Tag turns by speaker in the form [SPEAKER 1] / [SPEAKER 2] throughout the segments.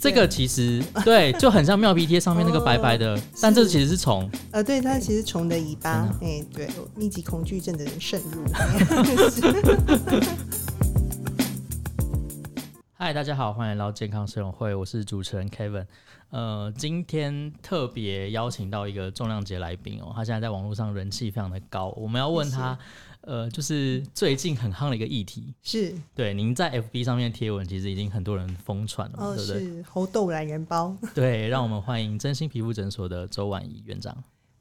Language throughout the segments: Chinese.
[SPEAKER 1] 这个其实对，就很像妙皮贴上面那个白白
[SPEAKER 2] 哦
[SPEAKER 1] 的，但这其实是虫。
[SPEAKER 2] 呃，对，它其实虫的尾巴，哎、对，密集恐惧症的人慎 入。哎
[SPEAKER 1] 嗨，大家好，欢迎来到健康生活会，我是主持人 Kevin。呃，今天特别邀请到一个重量级来宾哦，他现在在网络上人气非常的高。我们要问他，呃，就是最近很夯的一个议题，
[SPEAKER 2] 是，
[SPEAKER 1] 对，您在 FB 上面贴文，其实已经很多人疯传了嘛，
[SPEAKER 2] 哦，
[SPEAKER 1] 对不对？
[SPEAKER 2] 是猴痘懒人包。
[SPEAKER 1] 对，让我们欢迎真心皮肤诊所的周婉仪院长。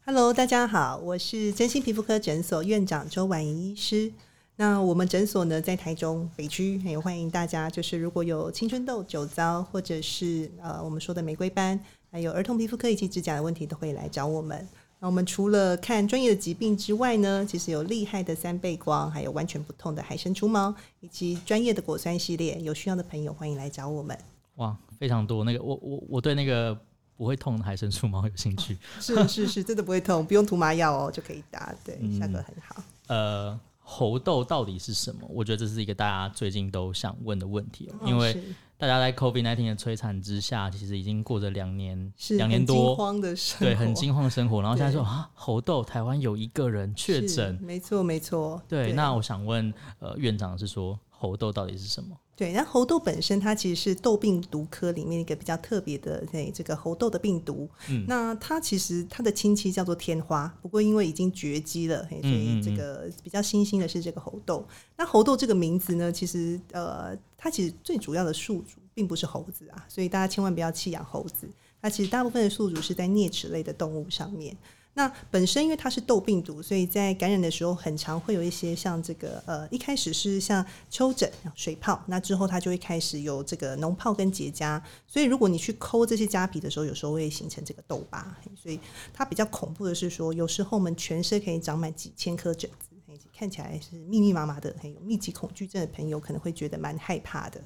[SPEAKER 2] Hello，大家好，我是真心皮肤科诊所院长周婉仪医师。那我们诊所呢在台中北区，也欢迎大家，就是如果有青春痘、酒糟，或者是呃我们说的玫瑰斑，还有儿童皮肤科以及指甲的问题，都可以来找我们。那我们除了看专业的疾病之外呢，其实有厉害的三倍光，还有完全不痛的海参除毛，以及专业的果酸系列。有需要的朋友欢迎来找我们。
[SPEAKER 1] 哇，非常多那个，我我我对那个不会痛的海参树毛有兴趣。
[SPEAKER 2] 是是是，真的不会痛，不用涂麻药哦，就可以打，对，效果很好。
[SPEAKER 1] 呃，猴痘到底是什么？我觉得这是一个大家最近都想问的问题、哦，
[SPEAKER 2] 哦
[SPEAKER 1] 因为
[SPEAKER 2] 是
[SPEAKER 1] 大家在 COVID 1 9的摧残之下，其实已经过着两年
[SPEAKER 2] 是
[SPEAKER 1] 两
[SPEAKER 2] 很
[SPEAKER 1] 年
[SPEAKER 2] 惊
[SPEAKER 1] 多，
[SPEAKER 2] 慌的生活，
[SPEAKER 1] 对，很惊慌的生活。然后现在
[SPEAKER 2] 对
[SPEAKER 1] 说啊，猴痘台湾有一个人确
[SPEAKER 2] 是
[SPEAKER 1] 诊，
[SPEAKER 2] 没错没错，
[SPEAKER 1] 对，那我想问，呃，院长是说猴痘到底是什么？
[SPEAKER 2] 对，那猴痘本身它其实是痘病毒科里面一个比较特别的，对这个猴痘的病毒。
[SPEAKER 1] 嗯
[SPEAKER 2] 那它其实它的亲戚叫做天花，不过因为已经绝迹了，嘿，
[SPEAKER 1] 嗯
[SPEAKER 2] 所
[SPEAKER 1] 嗯
[SPEAKER 2] 以
[SPEAKER 1] 嗯
[SPEAKER 2] 这个比较新兴的是这个猴痘。那猴痘这个名字呢，其实呃，它其实最主要的宿主并不是猴子啊，所以大家千万不要弃养猴子。它其实大部分的宿主是在啮齿类的动物上面。那本身因为它是痘病毒，所以在感染的时候，很常会有一些像这个呃，一开始是像丘疹、水泡，那之后它就会开始有这个脓泡跟结痂，所以如果你去抠这些痂皮的时候，有时候会形成这个痘疤。嘿所以它比较恐怖的是说，有时候我们全身可以长满几千颗疹子，嘿看起来是密密麻麻的，很有密集恐惧症的朋友可能会觉得蛮害怕的。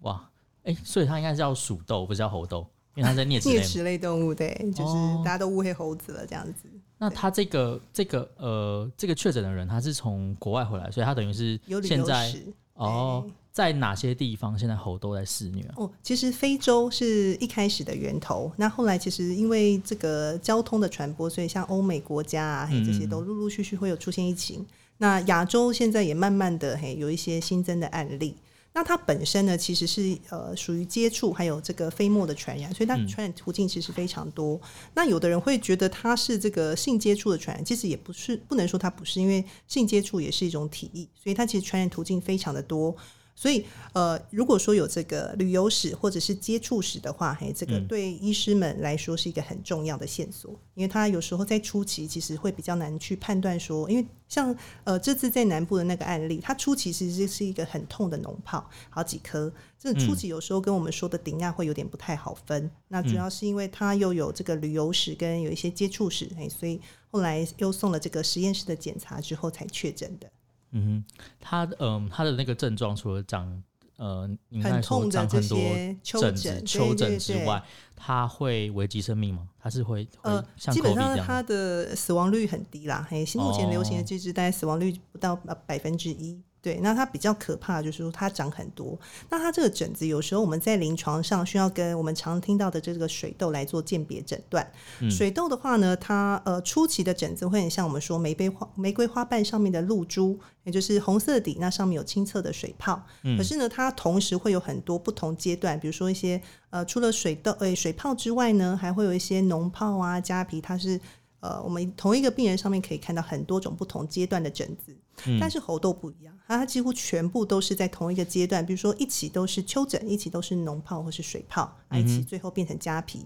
[SPEAKER 1] 哇，哎、所以它应该是叫鼠痘，不是叫猴痘，因为它在啮齿类
[SPEAKER 2] 啮
[SPEAKER 1] 嘛。
[SPEAKER 2] 齿类动物，对，就是
[SPEAKER 1] 哦
[SPEAKER 2] 大家都误会猴子了这样子。
[SPEAKER 1] 那他这个这个呃这个确诊的人，他是从国外回来，所以他等于是
[SPEAKER 2] 有旅
[SPEAKER 1] 现
[SPEAKER 2] 游
[SPEAKER 1] 在
[SPEAKER 2] 史，
[SPEAKER 1] 哦，在哪些地方现在猴都在肆虐啊？
[SPEAKER 2] 哦，其实非洲是一开始的源头，那后来其实因为这个交通的传播，所以像欧美国家啊，嘿这些都陆陆续续会有出现疫情。那亚洲现在也慢慢的嘿有一些新增的案例。那它本身呢，其实是呃属于接触，还有这个飞沫的传染，所以它传染途径其实非常多。那有的人会觉得它是这个性接触的传染，其实也不是，不能说它不是，因为性接触也是一种体液，所以它其实传染途径非常的多。所以，呃，如果说有这个旅游史或者是接触史的话，嘿，这个对医师们来说是一个很重要的线索，因为他有时候在初期其实会比较难去判断说，哦因为像呃这次在南部的那个案例，它初期其实是一个很痛的脓泡，好几颗，这初期有时候跟我们说的顶案会有点不太好分，那主要是因为它又有这个旅游史跟有一些接触史，嘿，所以后来又送了这个实验室的检查之后才确诊的。
[SPEAKER 1] 嗯哼，他嗯、他的那个症状除了长呃，你刚才
[SPEAKER 2] 很
[SPEAKER 1] 说
[SPEAKER 2] 痛
[SPEAKER 1] 长
[SPEAKER 2] 的这
[SPEAKER 1] 很多
[SPEAKER 2] 些丘
[SPEAKER 1] 疹子、
[SPEAKER 2] 疹、
[SPEAKER 1] 丘疹
[SPEAKER 2] 对
[SPEAKER 1] 之，
[SPEAKER 2] 对
[SPEAKER 1] 外，他会危及生命吗？他是会
[SPEAKER 2] 对
[SPEAKER 1] 会
[SPEAKER 2] 呃，
[SPEAKER 1] 像
[SPEAKER 2] 基
[SPEAKER 1] COVID
[SPEAKER 2] 本
[SPEAKER 1] 这
[SPEAKER 2] 上
[SPEAKER 1] 样哦
[SPEAKER 2] 它
[SPEAKER 1] 吗？
[SPEAKER 2] 的死亡率很低啦，嘿，目前流行的这支大概死亡率不到呃百分之一。对，那它比较可怕的就是说它长很多，那它这个疹子有时候我们在临床上需要跟我们常听到的这个水痘来做鉴别诊断。水痘的话呢，它呃初期的疹子会很像我们说玫瑰花玫瑰花瓣上面的露珠，也就是红色底，那上面有清澈的水泡。可是呢，它同时会有很多不同阶段，比如说一些呃除了水痘呃水泡之外呢，还会有一些脓泡啊、痂皮，它是。呃，我们同一个病人上面可以看到很多种不同阶段的疹子，但是猴痘不一样，它它几乎全部都是在同一个阶段，比如说一起都是丘疹，一起都是脓泡或是水泡，啊一起最后变成痂皮。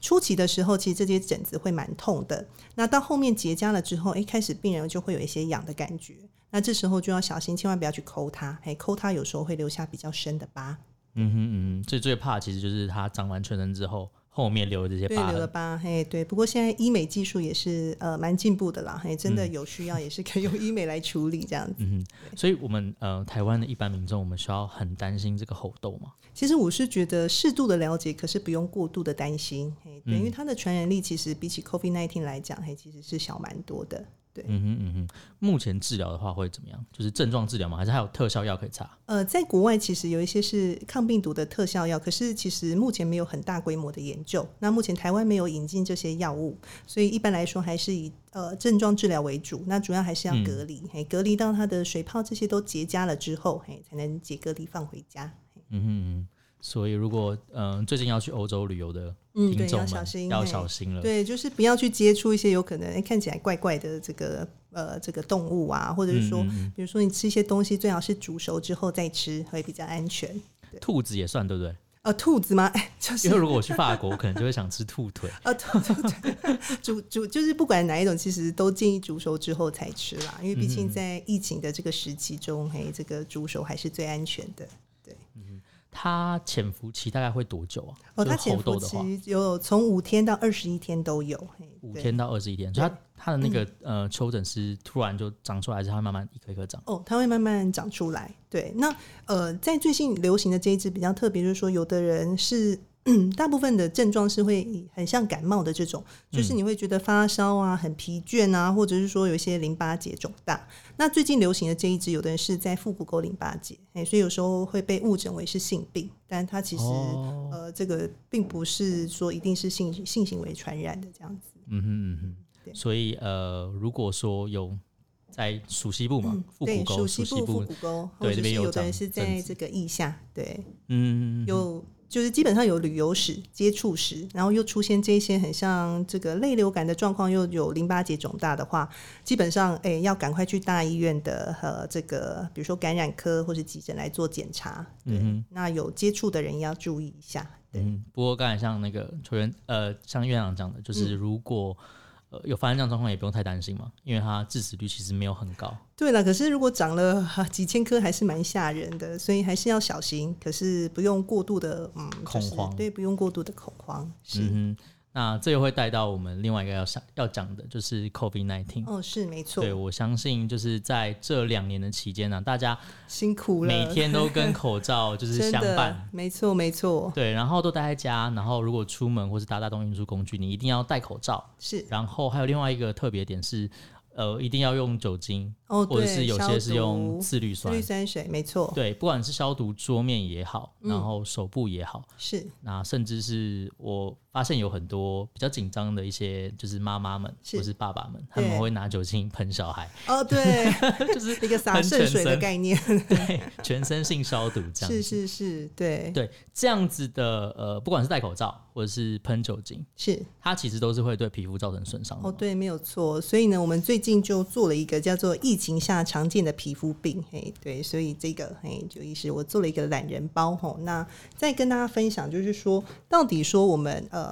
[SPEAKER 2] 初期的时候，其实这些疹子会蛮痛的。那到后面结痂了之后，一开始病人就会有一些痒的感觉。那这时候就要小心，千万不要去抠它，哎，抠它有时候会留下比较深的疤，
[SPEAKER 1] 嗯哼嗯哼，最最怕其实就是他长完全身之后，后面留的这些
[SPEAKER 2] 对，
[SPEAKER 1] 疤
[SPEAKER 2] 留了
[SPEAKER 1] 痕。
[SPEAKER 2] 疤，嘿，对。不过现在医美技术也是呃蛮进步的啦，嘿，真的有需要也是可以用医美来处理这样子。
[SPEAKER 1] 嗯哼，所以我们呃台湾的一般民众，我们需要很担心这个猴痘嘛？
[SPEAKER 2] 其实我是觉得适度的了解，可是不用过度的
[SPEAKER 1] 嗯
[SPEAKER 2] 担心，嘿，对，因为它的传染力其实比起 COVID 1 9来讲，嘿，其实是小蛮多的。对，
[SPEAKER 1] 嗯哼嗯哼，目前治疗的话会怎么样？就是症状治疗吗？还是还有特效药可以擦？
[SPEAKER 2] 呃，在国外其实有一些是抗病毒的特效药，可是其实目前没有很大规模的研究。那目前台湾没有引进这些药物，所以一般来说还是以呃症状治疗为主。那主要还
[SPEAKER 1] 嗯
[SPEAKER 2] 是要隔离，嘿，隔离到它的水泡这些都结痂了之后，嘿，才能解隔离放回家。
[SPEAKER 1] 嗯哼嗯哼。所以如果嗯、呃最近要去欧洲旅游的
[SPEAKER 2] 嗯
[SPEAKER 1] 听
[SPEAKER 2] 对
[SPEAKER 1] 众
[SPEAKER 2] 要
[SPEAKER 1] 们、
[SPEAKER 2] 小心
[SPEAKER 1] 要
[SPEAKER 2] 嘿
[SPEAKER 1] 小心了。
[SPEAKER 2] 对，就是不要去接触一些有可能、诶看起来怪怪的这个呃这个动物啊，或者是说，
[SPEAKER 1] 嗯嗯嗯
[SPEAKER 2] 比如说你吃一些东西，最好是煮熟之后再吃，会比较安全。
[SPEAKER 1] 兔子也算对不对？
[SPEAKER 2] 呃，兔子吗？ 哎，就是
[SPEAKER 1] 因为如果我去法国，我可能就会想吃兔 腿。
[SPEAKER 2] 啊，对对 对，煮煮就是不管哪一种，其实都建议煮熟之后才吃啦，因为毕
[SPEAKER 1] 嗯
[SPEAKER 2] 竟在疫情的这个时期中，嘿，这个煮熟还是最安全的。
[SPEAKER 1] 它潜伏期大概会多久啊？
[SPEAKER 2] 哦，
[SPEAKER 1] 就
[SPEAKER 2] 它
[SPEAKER 1] 是
[SPEAKER 2] 潜
[SPEAKER 1] 猴
[SPEAKER 2] 伏
[SPEAKER 1] 痘的话，
[SPEAKER 2] 期有从五天到二十一天都有，嘿，
[SPEAKER 1] 五
[SPEAKER 2] 对
[SPEAKER 1] 天到二十一天，所以它它的那个呃丘疹是突然就长出来，还是它会慢慢一颗一颗长？
[SPEAKER 2] 哦，它会慢慢长出来。对，那呃，在最近流行的这一支比较特别，就是说有的人是。嗯，大部分的症状是会以很像感冒的这种，就是
[SPEAKER 1] 嗯
[SPEAKER 2] 你会觉得发烧啊、很疲倦啊，或者是说有一些淋巴结肿大。那最近流行的这一支，有的人是在腹股沟淋巴结，哎、所以有时候会被误诊为是性病，但它其实、
[SPEAKER 1] 哦
[SPEAKER 2] 呃，这个并不是说一定是性性行为传染的这样子。
[SPEAKER 1] 嗯哼嗯哼。
[SPEAKER 2] 对
[SPEAKER 1] 所以呃，如果说有在属西部嘛，腹股
[SPEAKER 2] 嗯对，
[SPEAKER 1] 沟、属
[SPEAKER 2] 属西
[SPEAKER 1] 西
[SPEAKER 2] 部、腹
[SPEAKER 1] 部，嗯
[SPEAKER 2] 股沟，
[SPEAKER 1] 对那
[SPEAKER 2] 或者是
[SPEAKER 1] 边有
[SPEAKER 2] 有的
[SPEAKER 1] 长
[SPEAKER 2] 人是
[SPEAKER 1] 疹
[SPEAKER 2] 在
[SPEAKER 1] 子
[SPEAKER 2] 这个腋下，对，
[SPEAKER 1] 嗯，
[SPEAKER 2] 有就是基本上有旅游史、接触史，然后又出现这些很像这个类流感的状况，又有淋巴结肿大的话，基本上诶、要赶快去大医院的呃这个，比如说感染科或是急诊来做检查。对，那有接触的人也要注意一下。对，
[SPEAKER 1] 嗯，不过刚才像那个球员，呃，像院长讲的，
[SPEAKER 2] 嗯
[SPEAKER 1] 就是如果、呃有发生这样状况，也不用太担心嘛，因为它致死率其实没有很高。
[SPEAKER 2] 对了，可是如果长了哈几千颗，还是蛮吓人的，所以还是要小心。可是不用过度的嗯就是
[SPEAKER 1] 恐慌
[SPEAKER 2] 对，不用过度的恐慌。是，
[SPEAKER 1] 嗯哼，那这又会带到我们另外一个要想要讲的，就是 COVID nineteen。
[SPEAKER 2] 哦，是没错
[SPEAKER 1] 对，，我相信就是在这两年的期间呢、啊大家
[SPEAKER 2] 辛苦了，
[SPEAKER 1] 每天都跟口罩就是
[SPEAKER 2] 真
[SPEAKER 1] 相
[SPEAKER 2] 的
[SPEAKER 1] 伴，
[SPEAKER 2] 没错没错，
[SPEAKER 1] 对，然后都待在家，然后如果出门或是搭大众运输工具，你一定要戴口罩，
[SPEAKER 2] 是。
[SPEAKER 1] 然后还有另外一个特别点是，呃，一定要用酒精，
[SPEAKER 2] 哦，
[SPEAKER 1] 或者
[SPEAKER 2] 对
[SPEAKER 1] 是有
[SPEAKER 2] 消
[SPEAKER 1] 些是用
[SPEAKER 2] 毒
[SPEAKER 1] 次氯
[SPEAKER 2] 次
[SPEAKER 1] 酸
[SPEAKER 2] 氯，酸水，没错，
[SPEAKER 1] 对，不管是消毒桌面也好，
[SPEAKER 2] 嗯
[SPEAKER 1] 然后手部也好，
[SPEAKER 2] 是
[SPEAKER 1] 那甚至是我发现有很多比较紧张的一些，就是妈妈们
[SPEAKER 2] 是
[SPEAKER 1] 或是爸爸们，他们
[SPEAKER 2] 对
[SPEAKER 1] 会拿酒精喷 小孩，
[SPEAKER 2] 哦，对，
[SPEAKER 1] 就是
[SPEAKER 2] 一个洒
[SPEAKER 1] 喷
[SPEAKER 2] 圣
[SPEAKER 1] 全
[SPEAKER 2] 水的
[SPEAKER 1] 身
[SPEAKER 2] 概念，
[SPEAKER 1] 对全身性消毒这样子。
[SPEAKER 2] 是是是，对，
[SPEAKER 1] 对这样子的呃，不管是戴口罩或者是喷酒精，
[SPEAKER 2] 是
[SPEAKER 1] 它其实都是会对皮肤造成损伤的
[SPEAKER 2] 哦，
[SPEAKER 1] 嘛。
[SPEAKER 2] 对，没有错。所以呢，我们最近就做了一个叫做疫情下常见的皮肤病，嘿，对，所以这个嘿，就是我做了一个懒人包吼。那再跟大家分享，就是说，到底说我们呃。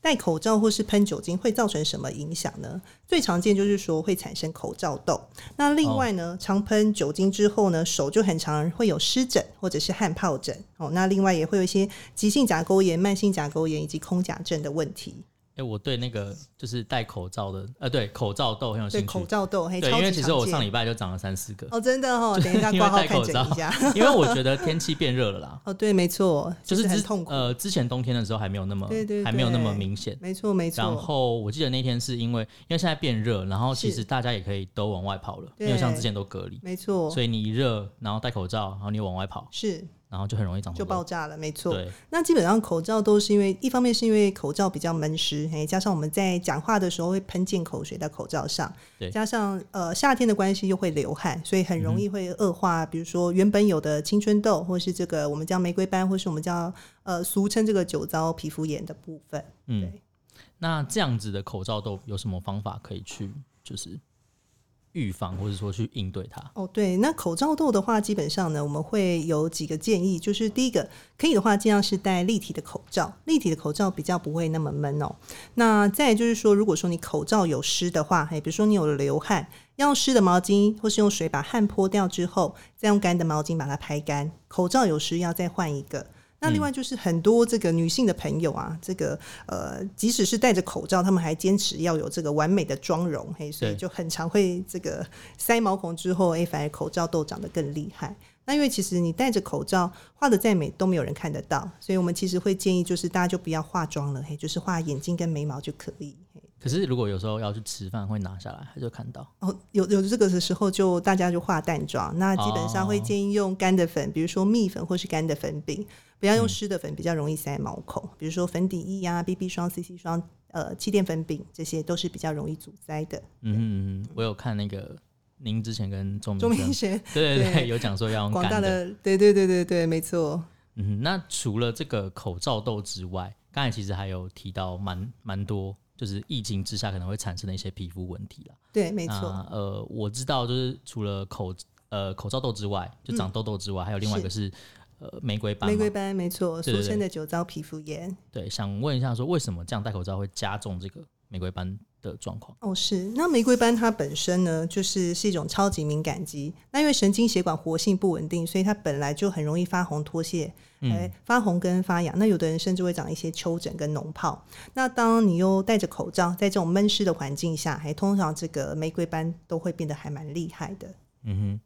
[SPEAKER 2] 戴口罩或是喷酒精会造成什么影响呢？最常见就是说会产生口罩痘。那另外呢，常喷酒精之后呢，手就很常会有湿疹或者是汗疱疹哦。那另外也会有一些急性甲沟炎、慢性甲沟炎以及空甲症的问题。
[SPEAKER 1] 哎、我对那个就是戴口罩的，呃，对口罩痘很有
[SPEAKER 2] 对
[SPEAKER 1] 兴
[SPEAKER 2] 口
[SPEAKER 1] 趣。
[SPEAKER 2] 罩痘，嘿，
[SPEAKER 1] 对，
[SPEAKER 2] 超
[SPEAKER 1] 因
[SPEAKER 2] 级
[SPEAKER 1] 为其实我
[SPEAKER 2] 常见
[SPEAKER 1] 上礼拜就长了三四个，
[SPEAKER 2] 哦，真的哦，等一 下
[SPEAKER 1] 因为
[SPEAKER 2] 挂号
[SPEAKER 1] 戴
[SPEAKER 2] 看
[SPEAKER 1] 口
[SPEAKER 2] 诊
[SPEAKER 1] 罩
[SPEAKER 2] 一下。
[SPEAKER 1] 因为我觉得天气变热了啦。
[SPEAKER 2] 哦，对，没错，
[SPEAKER 1] 就是
[SPEAKER 2] 其实
[SPEAKER 1] 之
[SPEAKER 2] 很痛苦，
[SPEAKER 1] 呃，之前冬天的时候还没有那么，
[SPEAKER 2] 对对
[SPEAKER 1] 还没有那么
[SPEAKER 2] 对
[SPEAKER 1] 明显。
[SPEAKER 2] 没错没
[SPEAKER 1] 然
[SPEAKER 2] 错，
[SPEAKER 1] 后我记得那天是因为，因为现在变热，然后其
[SPEAKER 2] 是
[SPEAKER 1] 实大家也可以都往外跑了，没有
[SPEAKER 2] 对
[SPEAKER 1] 像之前都隔离，
[SPEAKER 2] 没错，
[SPEAKER 1] 所以你一热，然后戴口罩，然后你又往外跑，
[SPEAKER 2] 是
[SPEAKER 1] 然后就很容易长痘
[SPEAKER 2] 就
[SPEAKER 1] 痘
[SPEAKER 2] 爆炸了，没错。
[SPEAKER 1] 对，
[SPEAKER 2] 那基本上口罩都是因为，一方面是因为口罩比较闷湿，嘿，加上我们在讲话的时候会喷溅口水到口罩上
[SPEAKER 1] 对，嗯
[SPEAKER 2] 加上呃夏天的关系又会流汗，所以很容易会恶化，比如说原本有的青春痘，或是这个我们叫玫瑰斑，或是我们叫呃俗称这个酒糟皮肤炎的部分。
[SPEAKER 1] 嗯
[SPEAKER 2] 对。
[SPEAKER 1] 那这样子的口罩痘有什么方法可以去就是预防，或者说去应对它？
[SPEAKER 2] 哦，对，那口罩痘的话，基本上呢，我们会有几个建议，就是第一个，可以的话，尽量是戴立体的口罩，立体的口罩比较不会那么闷哦。那再来就是说，如果说你口罩有湿的话，哎，比如说你有流汗，要用湿的毛巾或是用水把汗泼掉之后，再用干的毛巾把它拍干。口罩有湿要再换一个。那另外就是很多这个女性的朋友啊，这个呃，即使是戴着口罩，她们还坚持要有这个完美的妆容，嘿，所以
[SPEAKER 1] 对
[SPEAKER 2] 就很常会这个塞毛孔之后，哎、反而口罩痘长得更厉害。那因为其实你戴着口罩，画的再美都没有人看得到，所以我们其实会建议就是大家就不要化妆了，嘿，就是画眼睛跟眉毛就可以。嘿
[SPEAKER 1] 可可是如果有时候要去吃饭，会拿下来，他就看到。
[SPEAKER 2] 哦，有有这个的时候就大家就化淡妆，那基本
[SPEAKER 1] 哦
[SPEAKER 2] 上会建议用干的粉，比如说蜜粉或是干的粉饼，
[SPEAKER 1] 嗯
[SPEAKER 2] 不要用湿的粉，比较容易塞毛孔，比如说粉底液啊、BB 霜、CC 霜、呃气垫粉饼，这些都是比较容易阻塞的。
[SPEAKER 1] 嗯嗯嗯，我有看那个您之前跟钟
[SPEAKER 2] 钟
[SPEAKER 1] 明
[SPEAKER 2] 明
[SPEAKER 1] 生，
[SPEAKER 2] 轩，
[SPEAKER 1] 对对对，
[SPEAKER 2] 对
[SPEAKER 1] 有讲说要用
[SPEAKER 2] 广大
[SPEAKER 1] 干的。
[SPEAKER 2] 的，对对对对对，没错。
[SPEAKER 1] 嗯，那除了这个口罩痘之外，刚才其实还有提到蛮蛮多，就是疫情之下可能会产生的一些皮肤问题啦。
[SPEAKER 2] 对，没错，
[SPEAKER 1] 那呃，我知道就是除了口呃口罩痘之外，就长痘痘之外，还有另外一个是呃玫瑰斑嘛。
[SPEAKER 2] 嗯玫瑰斑没错，
[SPEAKER 1] 对对
[SPEAKER 2] 俗
[SPEAKER 1] 对
[SPEAKER 2] 称的酒糟皮肤炎。
[SPEAKER 1] 对，想问一下说为什么这样戴口罩会加重这个玫瑰斑的状况？
[SPEAKER 2] 哦，是。那玫瑰斑它本身呢，就是是一种超级敏感肌。那因为神经血管活性不稳定，所以它本来就很容易发红脱屑，
[SPEAKER 1] 嗯
[SPEAKER 2] 哎、发红跟发痒。那有的人甚至会长一些丘疹跟脓泡。那当你又戴着口罩，在这种闷湿的环境下，还通常这个玫瑰斑都会变得还蛮厉害的。
[SPEAKER 1] 嗯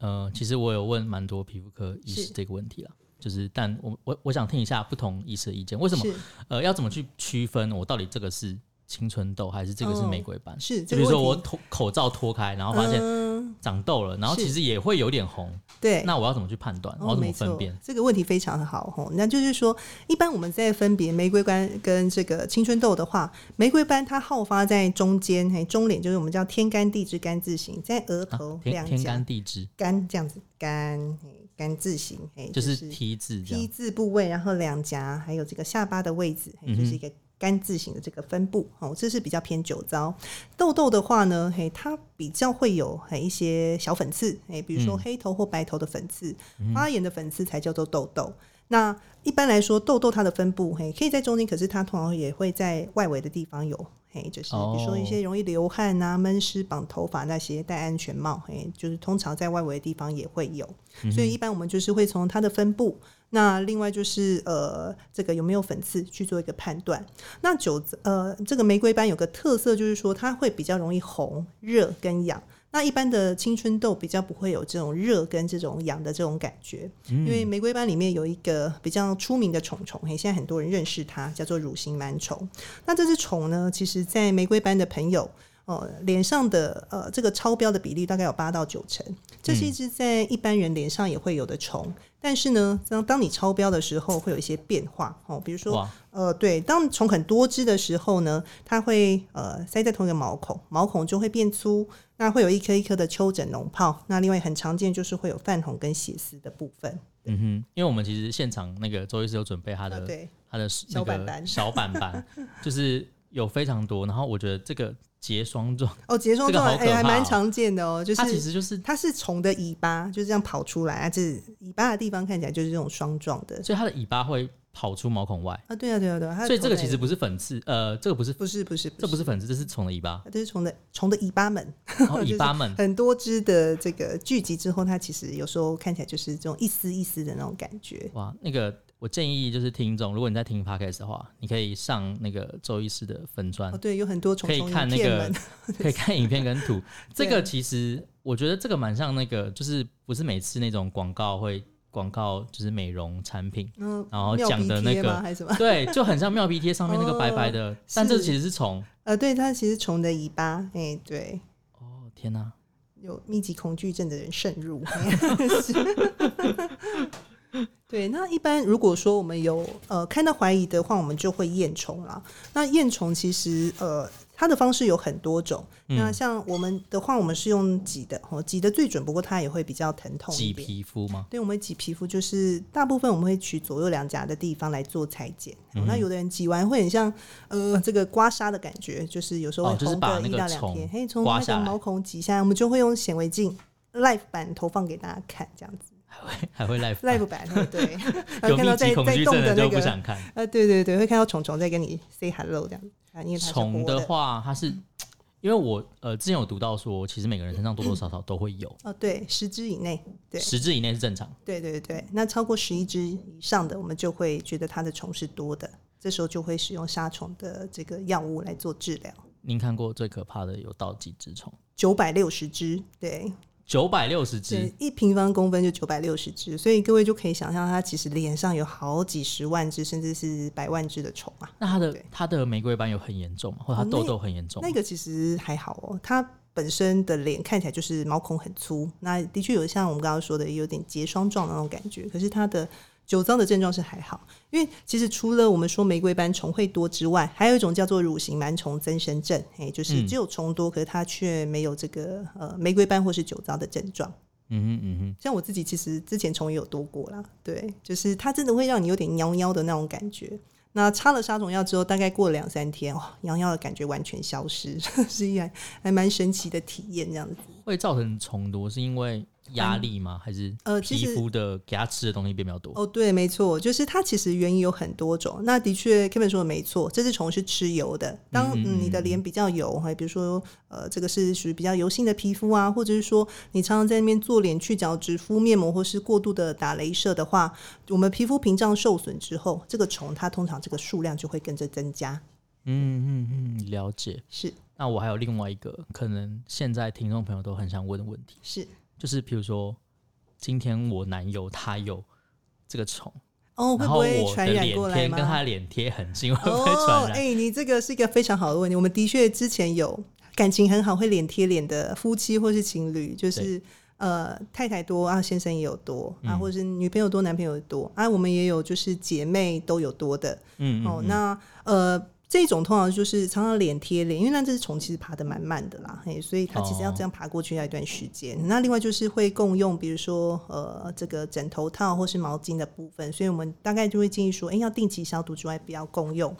[SPEAKER 1] 哼，呃，其实我有问蛮多皮肤科医师
[SPEAKER 2] 是
[SPEAKER 1] 这个问题啦，就是但我我我想听一下不同医师的意见，为什么
[SPEAKER 2] 是
[SPEAKER 1] 呃，要怎么去区分我到底这个是青春痘还是这个是玫瑰斑？
[SPEAKER 2] 是，
[SPEAKER 1] 就
[SPEAKER 2] 哦这
[SPEAKER 1] 比
[SPEAKER 2] 个
[SPEAKER 1] 如说我
[SPEAKER 2] 问题
[SPEAKER 1] 脱口罩脱开，然后发现
[SPEAKER 2] 嗯，
[SPEAKER 1] 长痘了，然后
[SPEAKER 2] 是
[SPEAKER 1] 其实也会有点红，
[SPEAKER 2] 对。
[SPEAKER 1] 那我要怎么去判断？我要
[SPEAKER 2] 哦，
[SPEAKER 1] 怎
[SPEAKER 2] 没
[SPEAKER 1] 么
[SPEAKER 2] 错，
[SPEAKER 1] 分辨？
[SPEAKER 2] 这个问题非常好吼。那就是说，一般我们在分别玫瑰斑跟这个青春痘的话，玫瑰斑它好发在中间，嘿，中脸就是我们叫天干地支干字形，在额
[SPEAKER 1] 啊
[SPEAKER 2] 头、
[SPEAKER 1] 天
[SPEAKER 2] 两
[SPEAKER 1] 天
[SPEAKER 2] 颊
[SPEAKER 1] 干地支
[SPEAKER 2] 干这样子干嘿干字形，嘿，
[SPEAKER 1] 就是是 T 字这
[SPEAKER 2] T
[SPEAKER 1] 样。
[SPEAKER 2] 字部位，然后两颊还有这个下巴的位置，
[SPEAKER 1] 嗯
[SPEAKER 2] 嘿就是一个干字形的这个分布。哦，这是比较偏酒糟。痘痘的话呢，嘿，它比较会有嘿一些小粉刺，嘿，比如
[SPEAKER 1] 嗯
[SPEAKER 2] 说黑头或白头的粉刺，发炎的粉刺才叫做痘痘。那一般来说，痘痘它的分布，嘿，可以在中间，可是它通常也会在外围的地方有，嘿，就是比如说一些容易流汗啊、闷湿、绑头发那些，戴安全帽，嘿，就是通常在外围的地方也会有。所以一般我们就是会从它的分布，那另外就是呃，这个有没有粉刺去做一个判断。那酒呃，这个玫瑰斑有个特色就是说它会比较容易红、热跟痒。那一般的青春痘比较不会有这种热跟这种痒的这种感觉，因为玫瑰斑里面有一个比较出名的虫虫，嘿，现在很多人认识它，叫做乳形螨虫。那这只虫呢，其实在玫瑰斑的朋友。哦，脸上的呃这个超标的比例大概有八到九成，这
[SPEAKER 1] 嗯
[SPEAKER 2] 是一只在一般人脸上也会有的虫，但是呢，当当你超标的时候会有一些变化哦，比如说
[SPEAKER 1] 哇，
[SPEAKER 2] 呃，对，当虫很多只的时候呢，它会呃塞在同一个毛孔，毛孔就会变粗，那会有一颗一颗的丘疹脓泡。那另外很常见就是会有泛红跟血丝的部分。
[SPEAKER 1] 嗯哼，因为我们其实现场那个周医师有准备他
[SPEAKER 2] 啊，
[SPEAKER 1] 的
[SPEAKER 2] 对，
[SPEAKER 1] 它的那
[SPEAKER 2] 小板
[SPEAKER 1] 个
[SPEAKER 2] 板
[SPEAKER 1] 小板 板，就是有非常多。然后我觉得这个结霜状，
[SPEAKER 2] 哦，结霜
[SPEAKER 1] 这个
[SPEAKER 2] 状
[SPEAKER 1] 好可
[SPEAKER 2] 哎还
[SPEAKER 1] 怕
[SPEAKER 2] 蛮
[SPEAKER 1] 哦
[SPEAKER 2] 常见的哦，就是
[SPEAKER 1] 它其实就是，
[SPEAKER 2] 它是虫的尾巴，就是这样跑出来啊，这尾巴的地方看起来就是这种霜状的
[SPEAKER 1] 所以它的尾巴会跑出毛孔外，
[SPEAKER 2] 啊，对啊，对啊，对啊，它的
[SPEAKER 1] 所以这个
[SPEAKER 2] 虫
[SPEAKER 1] 其
[SPEAKER 2] 在
[SPEAKER 1] 实不是粉刺，呃，这个不是，
[SPEAKER 2] 不是不是
[SPEAKER 1] 这不是粉刺，这是虫的尾巴，
[SPEAKER 2] 这是虫的虫的尾巴们，
[SPEAKER 1] 然 后尾巴们。
[SPEAKER 2] 很多只的这个聚集之后，它其实有时候看起来就是这种一丝一丝的那种感觉。
[SPEAKER 1] 哇，那个我建议就是听众，如果你在听 podcast 的话，你可以上那个周医师的粉砖
[SPEAKER 2] 哦，，对，有很多虫
[SPEAKER 1] 嗯可以
[SPEAKER 2] 虫
[SPEAKER 1] 看那
[SPEAKER 2] 影片
[SPEAKER 1] 个
[SPEAKER 2] 们，
[SPEAKER 1] 可以看影片跟图。这
[SPEAKER 2] 对啊
[SPEAKER 1] 个其实我觉得这个蛮像那个，就是不是每次那种广告会广告就是美容产品，
[SPEAKER 2] 嗯，
[SPEAKER 1] 然后
[SPEAKER 2] 妙
[SPEAKER 1] 讲
[SPEAKER 2] 鼻
[SPEAKER 1] 的那
[SPEAKER 2] 贴
[SPEAKER 1] 个
[SPEAKER 2] 吗还是什么？
[SPEAKER 1] 对，就很像妙鼻贴上面那个白白的，但这
[SPEAKER 2] 哦是
[SPEAKER 1] 其实是虫。
[SPEAKER 2] 呃，对，它其实虫的尾巴，哎、对，
[SPEAKER 1] 哦天哪、
[SPEAKER 2] 有密集恐惧症的人慎入。 是对，那一般如果说我们有呃看到怀疑的话，我们就会验虫啦。那验虫其实呃它的方式有很多种，
[SPEAKER 1] 嗯
[SPEAKER 2] 那像我们的话，我们是用挤的，哦，挤的最准，不过它也会比较疼痛一
[SPEAKER 1] 挤
[SPEAKER 2] 点。
[SPEAKER 1] 皮肤 吗？
[SPEAKER 2] 对，我们挤皮肤就是大部分我们会取左右两颊的地方来做裁剪。
[SPEAKER 1] 嗯
[SPEAKER 2] 哦那有的人挤完会很像呃这个刮痧的感觉，就是有时候
[SPEAKER 1] 哦
[SPEAKER 2] 会
[SPEAKER 1] 就是
[SPEAKER 2] 红
[SPEAKER 1] 把
[SPEAKER 2] 个
[SPEAKER 1] 那
[SPEAKER 2] 一
[SPEAKER 1] 个
[SPEAKER 2] 到两
[SPEAKER 1] 虫
[SPEAKER 2] 天，嘿，从
[SPEAKER 1] 刮
[SPEAKER 2] 那
[SPEAKER 1] 下
[SPEAKER 2] 个
[SPEAKER 1] 来
[SPEAKER 2] 毛孔挤下来，我们就会用显微镜 live 版投放给大家看，这样子
[SPEAKER 1] 还会还会赖
[SPEAKER 2] live 版嘿对，然
[SPEAKER 1] 有
[SPEAKER 2] 后看
[SPEAKER 1] 密
[SPEAKER 2] 到
[SPEAKER 1] 集
[SPEAKER 2] 在
[SPEAKER 1] 恐
[SPEAKER 2] 在
[SPEAKER 1] 惧
[SPEAKER 2] 动
[SPEAKER 1] 症的
[SPEAKER 2] 的那
[SPEAKER 1] 就不
[SPEAKER 2] 个
[SPEAKER 1] 想看。
[SPEAKER 2] 呃对对对，会看到虫虫在跟你 say hello 这样子，啊，因为它是
[SPEAKER 1] 虫
[SPEAKER 2] 活
[SPEAKER 1] 的
[SPEAKER 2] 的
[SPEAKER 1] 话，它是因为我呃之前有读到说，其实每个人身上多多少少都会有，
[SPEAKER 2] 哦对，十只以内，对
[SPEAKER 1] 十只以内是正常。
[SPEAKER 2] 对对对，那超过十一只以上的，我们就会觉得它的虫是多的，这时候就会使用杀虫的这个药物来做治疗。
[SPEAKER 1] 您看过最可怕的有到几只虫？
[SPEAKER 2] 九百六十只，对，
[SPEAKER 1] 九百六十只
[SPEAKER 2] 对，一平方公分就九百六十只，所以各位就可以想象，它其实脸上有好几十万只，甚至是百万只的虫啊。
[SPEAKER 1] 那它的
[SPEAKER 2] 对
[SPEAKER 1] 它的玫瑰斑有很严重吗？或者
[SPEAKER 2] 哦
[SPEAKER 1] 它
[SPEAKER 2] 那
[SPEAKER 1] 痘痘很严重吗？
[SPEAKER 2] 那个其实还好哦，它本身的脸看起来就是毛孔很粗，那的确有像我们刚刚说的有点结霜状的那种感觉，可是它的。酒糟的症状是还好，因为其实除了我们说玫瑰斑虫会多之外，还有一种叫做乳型螨虫增生症，哎、就是
[SPEAKER 1] 嗯
[SPEAKER 2] 只有虫多，可是它却没有这个呃玫瑰斑或是酒糟的症状。
[SPEAKER 1] 嗯哼嗯哼。
[SPEAKER 2] 像我自己其实之前虫也有多过啦，对，就是它真的会让你有点喵喵的那种感觉。那擦了杀虫药之后，大概过了两三天，哇，喵喵的感觉完全消失， 是一还还蛮神奇的体验这样子。
[SPEAKER 1] 会造成虫毒是因为压力吗？还是
[SPEAKER 2] 呃其
[SPEAKER 1] 皮
[SPEAKER 2] 实
[SPEAKER 1] 肤的给它吃的东西变比较多？
[SPEAKER 2] 哦，对，没错，就是它其实原因有很多种。那的确，Kevin 说的没错，这只虫是吃油的。当
[SPEAKER 1] 嗯嗯
[SPEAKER 2] 嗯你的
[SPEAKER 1] 嗯
[SPEAKER 2] 脸比较油，还比如说呃，这个是属于比较油性的皮肤啊，或者是说你常常在那边做脸去角质、敷面膜，或是过度的打镭射的话，我们皮肤屏障受损之后，这个虫它通常这个数量就会跟着增加。
[SPEAKER 1] 嗯嗯嗯，了解。
[SPEAKER 2] 是
[SPEAKER 1] 那我还有另外一个，可能现在听众朋友都很想问的问题，
[SPEAKER 2] 是
[SPEAKER 1] 就是比如说，今天我男友他有这个虫，
[SPEAKER 2] 哦，
[SPEAKER 1] 然
[SPEAKER 2] 会不
[SPEAKER 1] 后
[SPEAKER 2] 会
[SPEAKER 1] 我的
[SPEAKER 2] 传染
[SPEAKER 1] 脸
[SPEAKER 2] 过来
[SPEAKER 1] 贴
[SPEAKER 2] 吗？
[SPEAKER 1] 跟他的脸贴 很近，会不
[SPEAKER 2] 哦，
[SPEAKER 1] 会传染？
[SPEAKER 2] 哎、你这个是一个非常好的问题。我们的确之前有感情很好、会脸贴脸的夫妻或是情侣，就是呃太太多啊，先生也有多啊，
[SPEAKER 1] 嗯
[SPEAKER 2] 或者是女朋友多、男朋友多啊，我们也有就是姐妹都有多的。
[SPEAKER 1] 嗯嗯
[SPEAKER 2] 哦，
[SPEAKER 1] 嗯
[SPEAKER 2] 那呃，这种通常就是常常脸贴脸，因为那这只虫其实爬得蛮慢的啦，嘿，所以它其实要这样爬过去要一段时间。那另外就是会共用，比如说呃这个枕头套或是毛巾的部分，所以我们大概就会建议说，哎、要定期消毒之外，不要共用。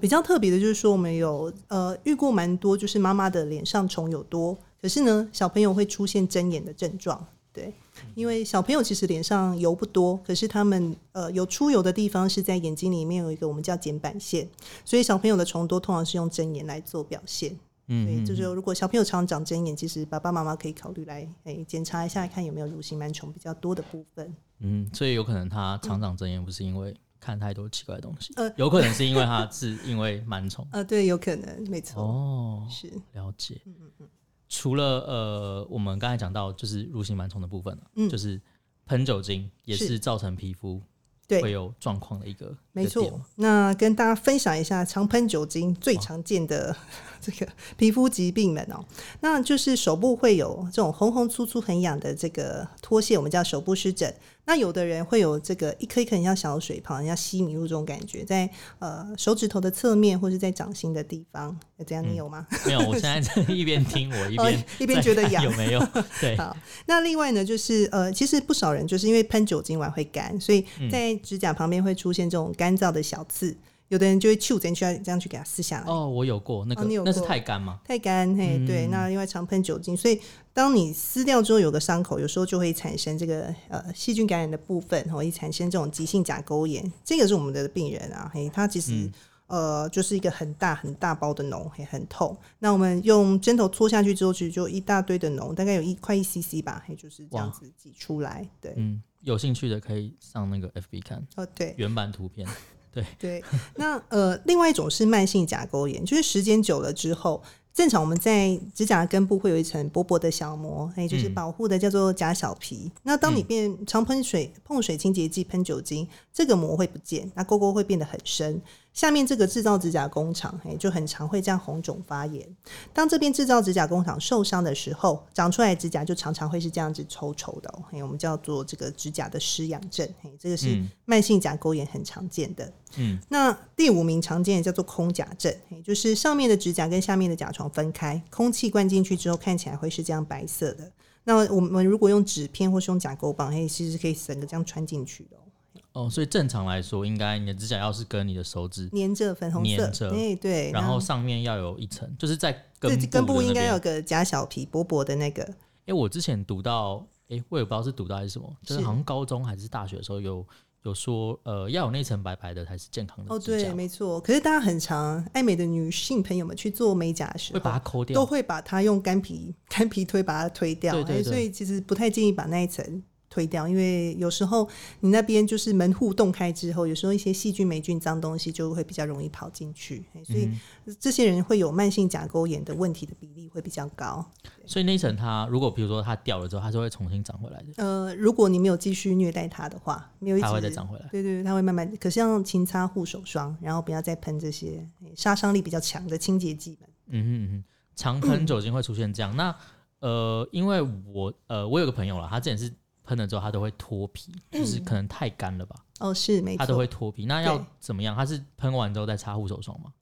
[SPEAKER 2] 比较特别的就是说，我们有呃遇过蛮多，就是妈妈的脸上虫有多，可是呢小朋友会出现睁眼的症状，对。因为小朋友其实脸上油不多，可是他们呃有出油的地方是在眼睛里面有一个我们叫睑板腺，所以小朋友的虫多通常是用针眼来做表现。所以
[SPEAKER 1] 嗯
[SPEAKER 2] 这
[SPEAKER 1] 嗯
[SPEAKER 2] 就是如果小朋友常长针眼，其实爸爸妈妈可以考虑来诶检查一下，看有没有乳型螨虫比较多的部分。
[SPEAKER 1] 嗯，所以有可能他常长睁眼不是因为看太多奇怪的东西，
[SPEAKER 2] 呃
[SPEAKER 1] 有可能是因为他是因为螨虫。
[SPEAKER 2] 呃，对，有可能，没错，嗯
[SPEAKER 1] 哦，
[SPEAKER 2] 是
[SPEAKER 1] 了解。除了呃，我们刚才讲到就是入侵螨虫的部分、啊、
[SPEAKER 2] 嗯
[SPEAKER 1] 就是喷酒精也
[SPEAKER 2] 是
[SPEAKER 1] 是造成皮肤
[SPEAKER 2] 对
[SPEAKER 1] 会有状况的一个
[SPEAKER 2] 没
[SPEAKER 1] 一个点
[SPEAKER 2] 错
[SPEAKER 1] 嘛。
[SPEAKER 2] 那跟大家分享一下，常喷酒精最常见的、
[SPEAKER 1] 哦
[SPEAKER 2] 这个皮肤疾病们哦，那就是手部会有这种红红粗粗很痒的这个脱屑，我们叫手部湿疹。那有的人会有这个一颗一颗很像小水泡，很像吸迷路这种感觉，在呃手指头的侧面或是在掌心的地方，这样你有吗？
[SPEAKER 1] 没有，我现在在 一边听我嗯一
[SPEAKER 2] 哦
[SPEAKER 1] 边
[SPEAKER 2] 一边
[SPEAKER 1] 在
[SPEAKER 2] 觉得
[SPEAKER 1] 看
[SPEAKER 2] 痒
[SPEAKER 1] 有没 有？对，
[SPEAKER 2] 好，那另外呢，就是呃，其实不少人就是因为喷酒精完会干，所以在指甲旁边会出现这种干燥的小刺，有的人就会去针去这样去给它撕下来。
[SPEAKER 1] 哦，我有过那个，
[SPEAKER 2] 哦你有
[SPEAKER 1] 那是
[SPEAKER 2] 过
[SPEAKER 1] 太干吗？
[SPEAKER 2] 太干，嘿，
[SPEAKER 1] 嗯
[SPEAKER 2] 对，那因为常喷酒精，所以当你撕掉之后有个伤口，有时候就会产生这个呃细菌感染的部分，然后也产生这种急性甲沟炎，这个是我们的病人啊，嘿，他其实、
[SPEAKER 1] 嗯
[SPEAKER 2] 呃就是一个很大很大包的脓，嘿，很痛。那我们用针头戳下去之后，其实就一大堆的脓，大概有一块一 cc 吧，嘿，就是这样
[SPEAKER 1] 哇
[SPEAKER 2] 子挤出来，对，
[SPEAKER 1] 嗯，有兴趣的可以上那个 FB 看
[SPEAKER 2] 哦对，
[SPEAKER 1] 原版图片。
[SPEAKER 2] 对，那呃，另外一种是慢性甲沟炎，就是时间久了之后，正常我们在指甲根部会有一层薄薄的小膜，哎，就是
[SPEAKER 1] 嗯
[SPEAKER 2] 保护的叫做甲小皮。那当你变常喷水、碰水清洁剂、喷酒精，这个膜会不见，那沟沟会变得很深。下面这个制造指甲工厂，哎，就很常会这样红肿发炎。当这边制造指甲工厂受伤的时候，长出来的指甲就常常会是这样子稠稠的、哦，嘿，我们叫做这个指甲的湿痒症，嘿，这个是
[SPEAKER 1] 嗯
[SPEAKER 2] 慢性甲沟炎很常见的。
[SPEAKER 1] 嗯，
[SPEAKER 2] 那第五名常见的叫做空甲症，嘿就是上面的指甲跟下面的甲床分开，空气灌进去之后看起来会是这样白色的。那我们如果用纸片或是用甲沟棒，嘿，其实可以整个这样穿进去的哦、
[SPEAKER 1] 哦，所以正常来说，应该你的指甲要是跟你的手指，
[SPEAKER 2] 粘着粉红色
[SPEAKER 1] 粘，着
[SPEAKER 2] 哎，对，
[SPEAKER 1] 然
[SPEAKER 2] 那
[SPEAKER 1] 后上面要有一层，就是在根
[SPEAKER 2] 这
[SPEAKER 1] 部
[SPEAKER 2] 根部
[SPEAKER 1] 的那
[SPEAKER 2] 应该
[SPEAKER 1] 边
[SPEAKER 2] 有个假小皮薄薄的那个，
[SPEAKER 1] 哎、我之前读到，哎、我也不知道是读到还是什么，就是
[SPEAKER 2] 是
[SPEAKER 1] 好像高中还是大学的时候有有说，呃，要有那层白白的才是健康的
[SPEAKER 2] 哦，
[SPEAKER 1] 指甲
[SPEAKER 2] 对，，没错。可是大家很常爱美的女性朋友们去做美甲的时
[SPEAKER 1] 会把它
[SPEAKER 2] 候，
[SPEAKER 1] 抠掉
[SPEAKER 2] 都。会把它用干皮干皮推把它推掉，
[SPEAKER 1] 对对对
[SPEAKER 2] 哎所以其实不太建议把那一层推掉，因为有时候你那边就是门户洞开之后，有时候一些细菌、霉菌、脏东西就会比较容易跑进去，嘿
[SPEAKER 1] 嗯
[SPEAKER 2] 所以这些人会有慢性甲沟炎的问题的比例会比较高。
[SPEAKER 1] 所以那一层它如果比如说它掉了之后，它是会重新长回来的，
[SPEAKER 2] 呃，如果你没有继续虐待它的话，没有一直
[SPEAKER 1] 它会再长回来。
[SPEAKER 2] 对对，对它会慢慢。可像勤擦护手霜，然后不要再喷这些哎杀伤力比较强的清洁剂们。
[SPEAKER 1] 嗯哼嗯哼，常喷酒精会出现这样。那呃，因为我呃，我有个朋友啦，他之前是喷了之后，他都会脱皮，就是
[SPEAKER 2] 嗯
[SPEAKER 1] 可能太干了吧，
[SPEAKER 2] 哦，是没
[SPEAKER 1] 他
[SPEAKER 2] 错，
[SPEAKER 1] 都会脱皮。那要
[SPEAKER 2] 对
[SPEAKER 1] 怎么样？他是喷完之后再擦护手霜吗？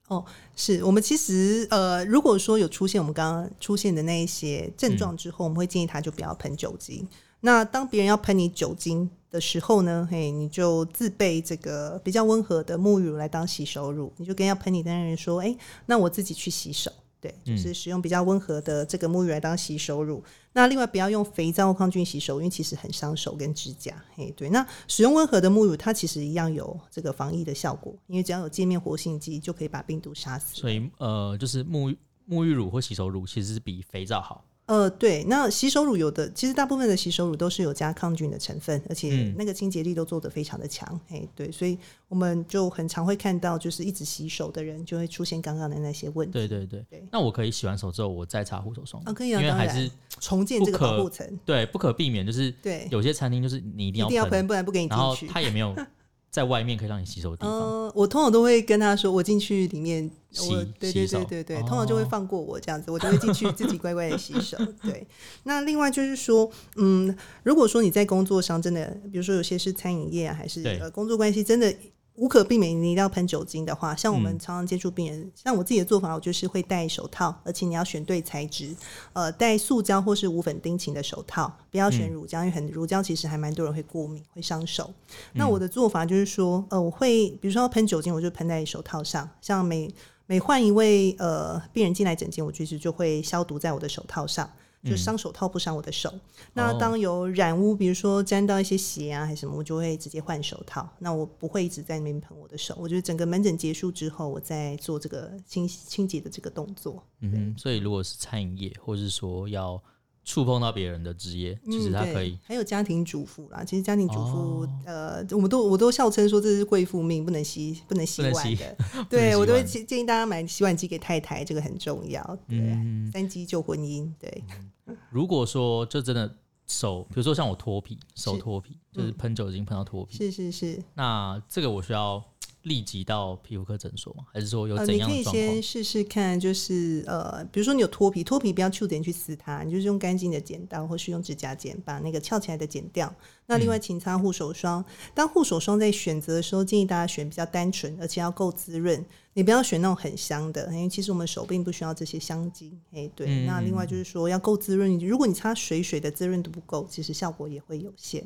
[SPEAKER 2] 是我们其实呃，如果说有出现我们刚刚出现的那一些症状之后，我们会建议他就不要喷酒精。那当别人要喷你酒精的时候呢，嘿，你就自备这个比较温和的沐浴乳来当洗手乳，你就跟要喷你的那人说，哎、那我自己去洗手。对，
[SPEAKER 1] 嗯
[SPEAKER 2] 就是使用比较温和的这个沐浴乳来当洗手乳。那另外不要用肥皂或抗菌洗手，因为其实很伤手跟指甲。嘿，对。那使用温和的沐浴乳，它其实一样有这个防疫的效果，因为只要有界面活性剂就可以把病毒杀死。
[SPEAKER 1] 所以呃，就是沐浴沐浴乳或洗手乳其实是比肥皂好。
[SPEAKER 2] 呃，对，那洗手乳有的，其实大部分的洗手乳都是有加抗菌的成分，
[SPEAKER 1] 嗯
[SPEAKER 2] 而且那个清洁力都做得非常的强。哎、对，所以我们就很常会看到，就是一直洗手的人就会出现刚刚的那些问题。
[SPEAKER 1] 对对对。
[SPEAKER 2] 对
[SPEAKER 1] 那我可以洗完手之后，我再擦护手霜吗
[SPEAKER 2] 啊，可以啊，
[SPEAKER 1] 因为
[SPEAKER 2] 当
[SPEAKER 1] 还
[SPEAKER 2] 然
[SPEAKER 1] 是
[SPEAKER 2] 重建这个
[SPEAKER 1] 不
[SPEAKER 2] 保
[SPEAKER 1] 可
[SPEAKER 2] 护层，
[SPEAKER 1] 对不可避免，就是
[SPEAKER 2] 对，
[SPEAKER 1] 有些餐厅就是你一定
[SPEAKER 2] 一定
[SPEAKER 1] 要
[SPEAKER 2] 要
[SPEAKER 1] 喷，
[SPEAKER 2] 喷，不然不给你
[SPEAKER 1] 然后
[SPEAKER 2] 进去。
[SPEAKER 1] 它也没有在外面可以让你洗手的地方。
[SPEAKER 2] 嗯、我通常都会跟他说，我进去里面，
[SPEAKER 1] 洗
[SPEAKER 2] 我对
[SPEAKER 1] 洗
[SPEAKER 2] 对
[SPEAKER 1] 手
[SPEAKER 2] 对对对，
[SPEAKER 1] 哦
[SPEAKER 2] 通常就会放过我这样子，我就会进去自己乖乖的洗 手。对，那另外就是说，嗯，如果说你在工作上真的，比如说有些是餐饮业、啊、还是
[SPEAKER 1] 对
[SPEAKER 2] 呃工作关系，真的。无可避免，你一定要喷酒精的话，像我们
[SPEAKER 1] 嗯
[SPEAKER 2] 常常接触病人，像我自己的做法，我就是会戴手套，而且你要选对材质，呃，戴塑胶或是无粉丁腈的手套，不要
[SPEAKER 1] 嗯
[SPEAKER 2] 选乳胶，因为很乳胶其实还蛮多人会过敏，会伤手。那我的做法就是说，呃，我会比如说要喷酒精，我就喷在手套上，像每每换一位呃病人进来诊间，我其实就会消毒在我的手套上。就伤手套不伤我的手。那
[SPEAKER 1] 哦
[SPEAKER 2] 当有染污，比如说沾到一些血啊还是什么，我就会直接换手套。那我不会一直在那边喷我的手。我觉得整个门诊结束之后，我再做这个清清洁的这个动作。
[SPEAKER 1] 嗯哼，所以如果是餐饮业，或是说要触碰到别人的职业，其实它
[SPEAKER 2] 嗯对
[SPEAKER 1] 可以，
[SPEAKER 2] 还有家庭主妇啦，其实家庭主妇、
[SPEAKER 1] 哦
[SPEAKER 2] 呃，我们都我都笑称说这是贵妇命，不能洗不能
[SPEAKER 1] 不
[SPEAKER 2] 洗
[SPEAKER 1] 能
[SPEAKER 2] 碗
[SPEAKER 1] 洗
[SPEAKER 2] 的。
[SPEAKER 1] 不能
[SPEAKER 2] 对
[SPEAKER 1] 洗
[SPEAKER 2] 我都会
[SPEAKER 1] 碗
[SPEAKER 2] 建建议大家买洗碗机给太太，这个很重要。对，
[SPEAKER 1] 嗯
[SPEAKER 2] 三机救婚姻。对，
[SPEAKER 1] 如果说就真的手，比如说像我脱皮，手
[SPEAKER 2] 是嗯
[SPEAKER 1] 脱皮，就是喷酒精喷到脱皮，
[SPEAKER 2] 是是是。
[SPEAKER 1] 那这个我需要立即到皮肤科诊所吗？还是说有
[SPEAKER 2] 呃，
[SPEAKER 1] 怎
[SPEAKER 2] 你
[SPEAKER 1] 样
[SPEAKER 2] 可
[SPEAKER 1] 的
[SPEAKER 2] 以
[SPEAKER 1] 状况？
[SPEAKER 2] 先试试看，就是呃，比如说你有脱皮，脱皮不要触点去撕它，你就是用干净的剪刀或是用指甲剪把那个翘起来的剪掉。那另外，
[SPEAKER 1] 嗯
[SPEAKER 2] 勤擦护手霜。当护手霜在选择的时候，建议大家选比较单纯，而且要够滋润。你不要选那种很香的，因为其实我们手并不需要这些香精。哎，对。
[SPEAKER 1] 嗯
[SPEAKER 2] 那另外就是说要够滋润，如果你擦水水的滋润度不够，其实效果也会有限。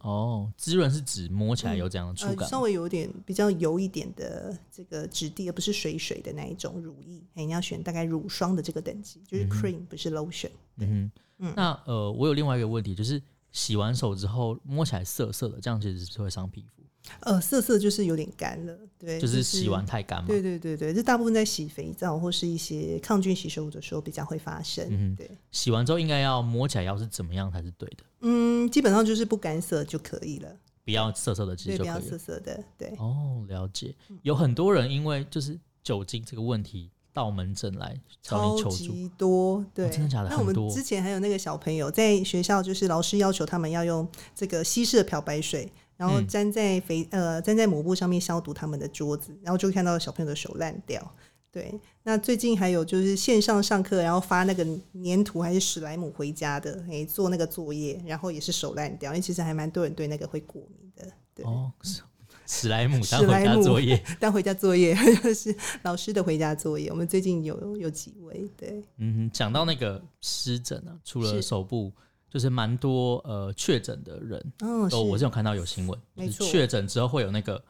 [SPEAKER 1] 哦，滋润是指摸起来有这样的触
[SPEAKER 2] 呃，
[SPEAKER 1] 感吗，
[SPEAKER 2] 稍微有点比较油一点的这个质地，而不是水水的那一种乳液。哎，你要选大概乳霜的这个等级，就是 cream、不是 lotion。
[SPEAKER 1] 嗯哼
[SPEAKER 2] 嗯，
[SPEAKER 1] 那呃，我有另外一个问题，就是洗完手之后摸起来涩涩的，这样其实是会伤皮肤，
[SPEAKER 2] 呃，涩涩就是有点干了，对，
[SPEAKER 1] 就是洗完。太干嘛。
[SPEAKER 2] 对对对对，这大部分在洗肥皂或是一些抗菌洗手乳的时候比较会发生。
[SPEAKER 1] 嗯
[SPEAKER 2] 对，
[SPEAKER 1] 洗完之后应该要摸起来要是怎么样才是对的，
[SPEAKER 2] 嗯，基本上就是不干涩就可以了，
[SPEAKER 1] 不要涩涩的其
[SPEAKER 2] 对，
[SPEAKER 1] 实就
[SPEAKER 2] 不
[SPEAKER 1] 可以
[SPEAKER 2] 要嗯
[SPEAKER 1] 了
[SPEAKER 2] 涩。涩的，对。
[SPEAKER 1] 哦，了解。有很多人因为就是酒精这个问题到门诊来找
[SPEAKER 2] 超
[SPEAKER 1] 你求助。哦
[SPEAKER 2] 级多，对，
[SPEAKER 1] 真的假的
[SPEAKER 2] 那我
[SPEAKER 1] 很多
[SPEAKER 2] 们之前还有那个小朋友在学校，就是老师要求他们要用这个稀释的漂白水，然后
[SPEAKER 1] 嗯
[SPEAKER 2] 粘在肥、呃粘在抹布上面消毒他们的桌子，然后就看到小朋友的手烂掉。对，那最近还有就是线上上课，然后发那个粘土还是史莱姆回家的，诶、做那个作业，然后也是手烂掉，因为其实还蛮多人对那个会过敏的。 对，
[SPEAKER 1] 哦，史史莱姆他回
[SPEAKER 2] 史莱
[SPEAKER 1] 家
[SPEAKER 2] 姆
[SPEAKER 1] 作业，
[SPEAKER 2] 但回家作业 是老师的回家作业，我们最近有有几位对。
[SPEAKER 1] 嗯哼，讲到那个湿疹啊，除了
[SPEAKER 2] 是
[SPEAKER 1] 手部，就是蛮多呃确诊的人
[SPEAKER 2] 嗯，是
[SPEAKER 1] 哦都，我是有看到有新闻，就
[SPEAKER 2] 没
[SPEAKER 1] 是
[SPEAKER 2] 错
[SPEAKER 1] 确诊之后会有那个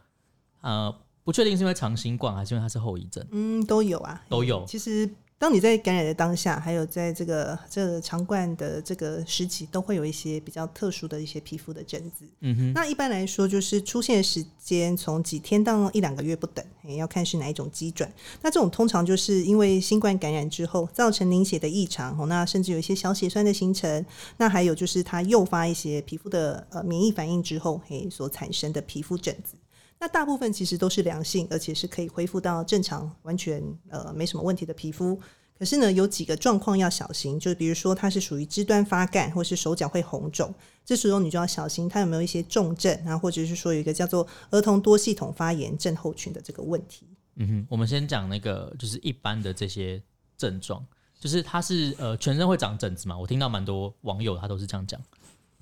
[SPEAKER 1] 呃，不确定是因为长新冠还是因为它是后遗症，
[SPEAKER 2] 嗯，都有啊，
[SPEAKER 1] 都有
[SPEAKER 2] 其实当你在感染的当下，还有在这个这个肠冠的这个时期，都会有一些比较特殊的一些皮肤的疹子。
[SPEAKER 1] 嗯哼，
[SPEAKER 2] 那一般来说，就是出现时间从几天到一两个月不等，也要看是哪一种机转。那这种通常就是因为新冠感染之后造成凝血的异常，哦，那甚至有一些小血栓的形成。那还有就是它诱发一些皮肤的呃免疫反应之后，嘿所产生的皮肤疹子。那大部分其实都是良性，而且是可以恢复到正常、完全呃没什么问题的皮肤。可是呢，有几个状况要小心，就比如说它是属于肢端发干，或是手脚会红肿，这时候你就要小心它有没有一些重症啊，或者是说有一个叫做儿童多系统发炎症候群的这个问题。
[SPEAKER 1] 嗯哼，我们先讲那个就是一般的这些症状，就是它是呃全身会长疹子嘛，我听到蛮多网友他都是这样讲，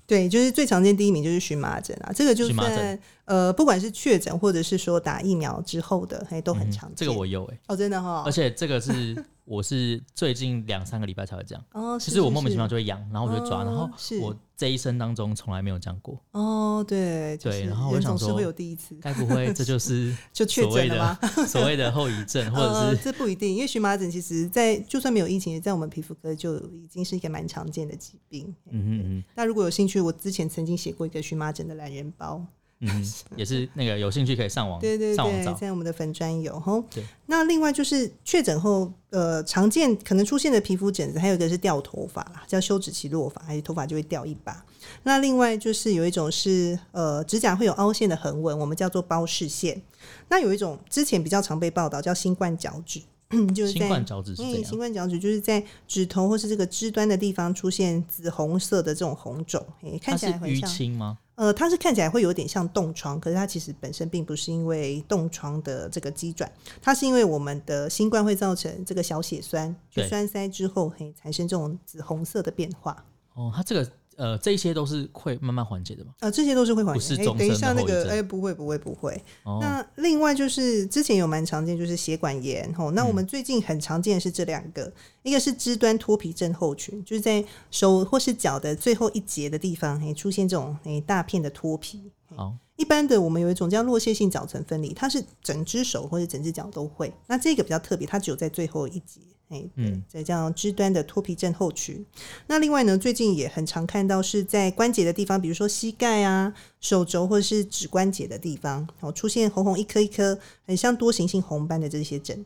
[SPEAKER 2] 对，就是最常见第一名就是荨麻疹啊，这个就
[SPEAKER 1] 荨麻疹
[SPEAKER 2] 算呃，不管是确诊或者是说打疫苗之后的，嘿，都很
[SPEAKER 1] 嗯
[SPEAKER 2] 常见。
[SPEAKER 1] 这个我有哎、
[SPEAKER 2] 哦，真的哈、
[SPEAKER 1] 而且这个是 我是最近两三个礼拜才会这样，
[SPEAKER 2] 哦，
[SPEAKER 1] 就是我莫名其妙就会痒，然后我就抓，
[SPEAKER 2] 哦
[SPEAKER 1] 然后
[SPEAKER 2] 是
[SPEAKER 1] 我这一生当中从来没有这样过，
[SPEAKER 2] 哦，对，就是
[SPEAKER 1] 对然后我
[SPEAKER 2] 人
[SPEAKER 1] 想
[SPEAKER 2] 总是
[SPEAKER 1] 说
[SPEAKER 2] 会有第一 次
[SPEAKER 1] 该不会这就是
[SPEAKER 2] 就 确
[SPEAKER 1] 所谓
[SPEAKER 2] 诊了
[SPEAKER 1] 的
[SPEAKER 2] 吗？
[SPEAKER 1] 所谓的后遗症， 或
[SPEAKER 2] 呃，
[SPEAKER 1] 者是
[SPEAKER 2] 这不一定，因为荨麻疹其实在就算没有疫情，也在我们皮肤科就已经是一个蛮常见的疾病。
[SPEAKER 1] 嗯哼嗯
[SPEAKER 2] 那如果有兴趣，我之前曾经写过一个荨麻疹的懒人包，
[SPEAKER 1] 嗯哼，也是那个有兴趣可以上网
[SPEAKER 2] 对对
[SPEAKER 1] 上网
[SPEAKER 2] 对，
[SPEAKER 1] 找，
[SPEAKER 2] 在我们的粉专有吼
[SPEAKER 1] 对。
[SPEAKER 2] 那另外就是确诊后，呃，常见可能出现的皮肤疹子，还有一个是掉头发啦，叫休止期落发，还有头发就会掉一把。那另外就是有一种是呃指甲会有凹陷的横纹，我们叫做包氏线。那有一种之前比较常被报道叫新冠角质， 就是
[SPEAKER 1] 新
[SPEAKER 2] 在
[SPEAKER 1] 冠脚趾是这
[SPEAKER 2] 嗯，新
[SPEAKER 1] 样，
[SPEAKER 2] 冠角质就是在指头或是这个肢端的地方出现紫红色的这种红肿，诶、
[SPEAKER 1] 它
[SPEAKER 2] 看起
[SPEAKER 1] 是
[SPEAKER 2] 来很
[SPEAKER 1] 淤
[SPEAKER 2] 像。
[SPEAKER 1] 青吗？
[SPEAKER 2] 呃，它是看起来会有点像冻疮，可是它其实本身并不是因为冻疮的这个机转，它是因为我们的新冠会造成这个小血栓去
[SPEAKER 1] 对
[SPEAKER 2] 栓塞之后，嘿，产生这种紫红色的变化。
[SPEAKER 1] 哦，它这个呃这些都是会慢慢缓解的嘛。
[SPEAKER 2] 呃，这些都是会缓
[SPEAKER 1] 不是
[SPEAKER 2] 解。哎、
[SPEAKER 1] 终
[SPEAKER 2] 等一
[SPEAKER 1] 身的
[SPEAKER 2] 下那
[SPEAKER 1] 后遗
[SPEAKER 2] 个，
[SPEAKER 1] 症
[SPEAKER 2] 哎、不会，不会，不会。
[SPEAKER 1] 哦，
[SPEAKER 2] 那另外就是之前有蛮常见就是血管炎吼，那我
[SPEAKER 1] 嗯
[SPEAKER 2] 们最近很常见的是这两个，一个是肢端脱皮症候群，就是在手或是脚的最后一节的地方，哎、出现这种哎、大片的脱皮。
[SPEAKER 1] 好，
[SPEAKER 2] 一般的我们有一种叫落屑性角层分离，它是整只手或者整只脚都会，那这个比较特别，它只有在最后一节。哎，对
[SPEAKER 1] 嗯，
[SPEAKER 2] 这叫肢端的脱皮症候群。那另外呢，最近也很常看到是在关节的地方，比如说膝盖啊、手肘或者是指关节的地方，哦，出现红红一颗一颗，很像多形性红斑的这些疹。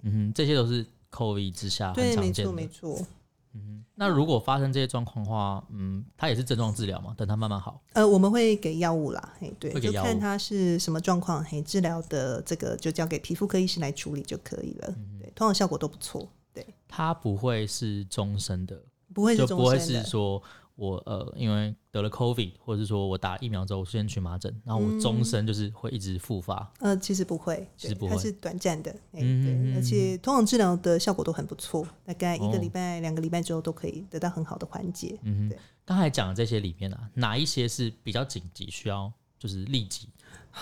[SPEAKER 1] 嗯哼，这些都是 COVID 之下很
[SPEAKER 2] 对，
[SPEAKER 1] 常
[SPEAKER 2] 没
[SPEAKER 1] 见的。
[SPEAKER 2] 错，没错。
[SPEAKER 1] 那如果发生这些状况的话，嗯，它也是症状治疗嘛，等它慢慢好。
[SPEAKER 2] 呃，我们会给药物啦，嘿，对
[SPEAKER 1] 会，给
[SPEAKER 2] 就
[SPEAKER 1] 药
[SPEAKER 2] 看
[SPEAKER 1] 物
[SPEAKER 2] 它是什么状况，嘿，治疗的这个就交给皮肤科医师来处理就可以
[SPEAKER 1] 嗯
[SPEAKER 2] 了。对，通常效果都不错，
[SPEAKER 1] 它不会是终身的，
[SPEAKER 2] 不会是
[SPEAKER 1] 就
[SPEAKER 2] 终
[SPEAKER 1] 不会
[SPEAKER 2] 身
[SPEAKER 1] 是
[SPEAKER 2] 的。
[SPEAKER 1] 说我呃，因为得了 COVID，或者是说我打疫苗之后出现荨麻疹，然后我
[SPEAKER 2] 嗯
[SPEAKER 1] 终身就是会一直复发。
[SPEAKER 2] 呃，其实不会，
[SPEAKER 1] 其
[SPEAKER 2] 对
[SPEAKER 1] 实不
[SPEAKER 2] 它
[SPEAKER 1] 会
[SPEAKER 2] 是短暂的，哎、
[SPEAKER 1] 嗯
[SPEAKER 2] 对，而且通常治疗的效果都很不错，大概一
[SPEAKER 1] 哦
[SPEAKER 2] 个礼拜、两个礼拜之后都可以得到很好的缓解。
[SPEAKER 1] 嗯哼
[SPEAKER 2] 对，
[SPEAKER 1] 刚才讲的这些里面啊，哪一些是比较紧急需要就是立即